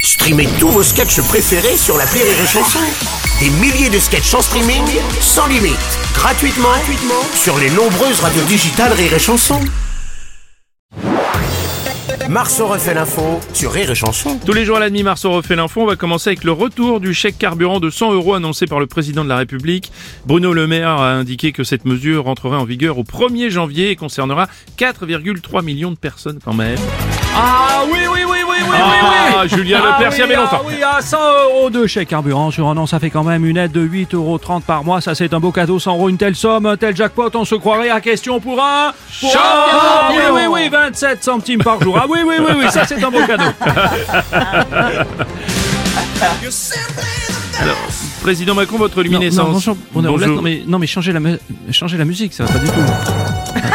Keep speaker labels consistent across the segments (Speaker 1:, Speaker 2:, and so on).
Speaker 1: Streamez tous vos sketchs préférés sur la Rire et Chanson. Des milliers de sketchs en streaming, sans limite, gratuitement, gratuitement sur les nombreuses radios digitales Rire et Chanson. Marceau refait l'info sur Rire et Chanson.
Speaker 2: Tous les jours à la demi, Marceau refait l'info. On va commencer avec le retour du chèque carburant de 100 euros annoncé par le président de la République. Bruno Le Maire a indiqué que cette mesure rentrera en vigueur au 1er janvier et concernera 4,3 millions de personnes quand même.
Speaker 3: Ah oui, oui, oui, oui, oui, oui,
Speaker 2: Ah,
Speaker 3: oui.
Speaker 2: Julien Lepers, il y
Speaker 3: oui,
Speaker 2: avait
Speaker 3: ah euh,
Speaker 2: longtemps.
Speaker 3: oui, à 100 euros de chèque carburant sur un an, ça fait quand même une aide de 8,30 euros par mois. Ça, c'est un beau cadeau. 100 euros, une telle somme, un tel jackpot, on se croirait à question pour un. Pour un- Ah, oui, oui, oui, 27 centimes par jour. Ah oui, oui, oui, oui, ça, c'est un beau cadeau.
Speaker 2: Président Macron, votre
Speaker 3: Non, non,
Speaker 2: luminescence.
Speaker 3: bonjour, on est en
Speaker 2: Bonjour.
Speaker 3: roulette, non, mais, non, mais changez, la mu- changez la musique, ça va pas du tout.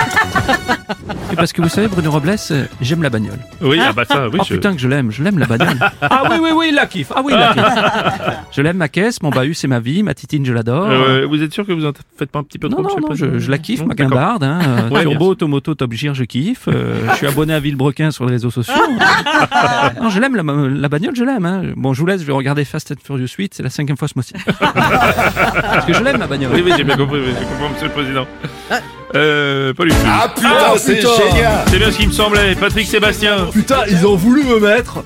Speaker 3: Et Parce que vous savez, Bruno Robles, euh, j'aime la bagnole.
Speaker 2: Oui, ah bah ça, oui.
Speaker 3: oh
Speaker 2: je-
Speaker 3: putain que je l'aime, je l'aime la bagnole. ah oui, oui, oui, il la kiffe. Ah oui, il la kiffe. je l'aime ma caisse, mon bahut c'est ma vie, ma titine je l'adore.
Speaker 2: Euh, vous êtes sûr que vous en faites pas un petit peu
Speaker 3: non,
Speaker 2: trop
Speaker 3: non,
Speaker 2: monsieur le
Speaker 3: non, je,
Speaker 2: président
Speaker 3: je la kiffe,
Speaker 2: Non,
Speaker 3: ma
Speaker 2: d'accord.
Speaker 3: guimbarde. Hein, euh,
Speaker 2: Ouais, bien
Speaker 3: turbo, Tomoto, Top Gear, je kiffe. euh, je suis abonné à Villebrequin sur les réseaux sociaux. non, je l'aime, la, la bagnole, je l'aime. hein. Bon, je vous laisse, je vais regarder Fast and Furious 8, c'est la cinquième fois ce mois-ci. Parce que je l'aime, ma bagnole.
Speaker 2: Oui, oui, j'ai bien compris, oui, je comprends, monsieur le président.
Speaker 3: Ah.
Speaker 2: Euh, Paul Huchel.
Speaker 4: Ah putain, c'est génial
Speaker 2: C'est bien ce qui me semblait. Patrick Sébastien.
Speaker 4: Putain, ils ont voulu me mettre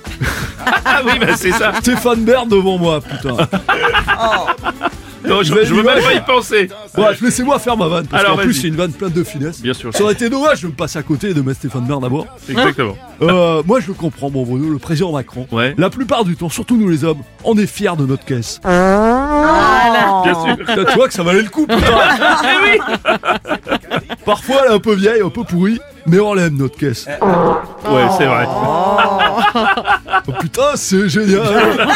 Speaker 2: Ah oui, bah c'est ça.
Speaker 4: Stéphane Bern devant moi, putain.
Speaker 2: Non, je,
Speaker 4: Nouvelle
Speaker 2: je veux même
Speaker 4: image.
Speaker 2: pas y penser.
Speaker 4: Bref, laissez-moi faire ma vanne, parce
Speaker 2: Alors,
Speaker 4: qu'en plus
Speaker 2: vas-y.
Speaker 4: c'est une vanne pleine de finesse.
Speaker 2: Bien sûr.
Speaker 4: Ça aurait été dommage de me passer à côté et de mettre Stéphane Bern d'abord.
Speaker 2: Exactement.
Speaker 4: Euh, moi je le comprends, mon Bruno, le président Macron.
Speaker 2: Ouais.
Speaker 4: La plupart du temps, surtout nous les hommes, on est fiers de notre caisse.
Speaker 2: Bien sûr. Eh
Speaker 4: Putain, tu vois que ça valait le coup, putain Parfois elle est un peu vieille, un peu pourrie, mais on l'aime notre caisse.
Speaker 2: Eh. Ouais, c'est vrai.
Speaker 4: Oh, putain, c'est génial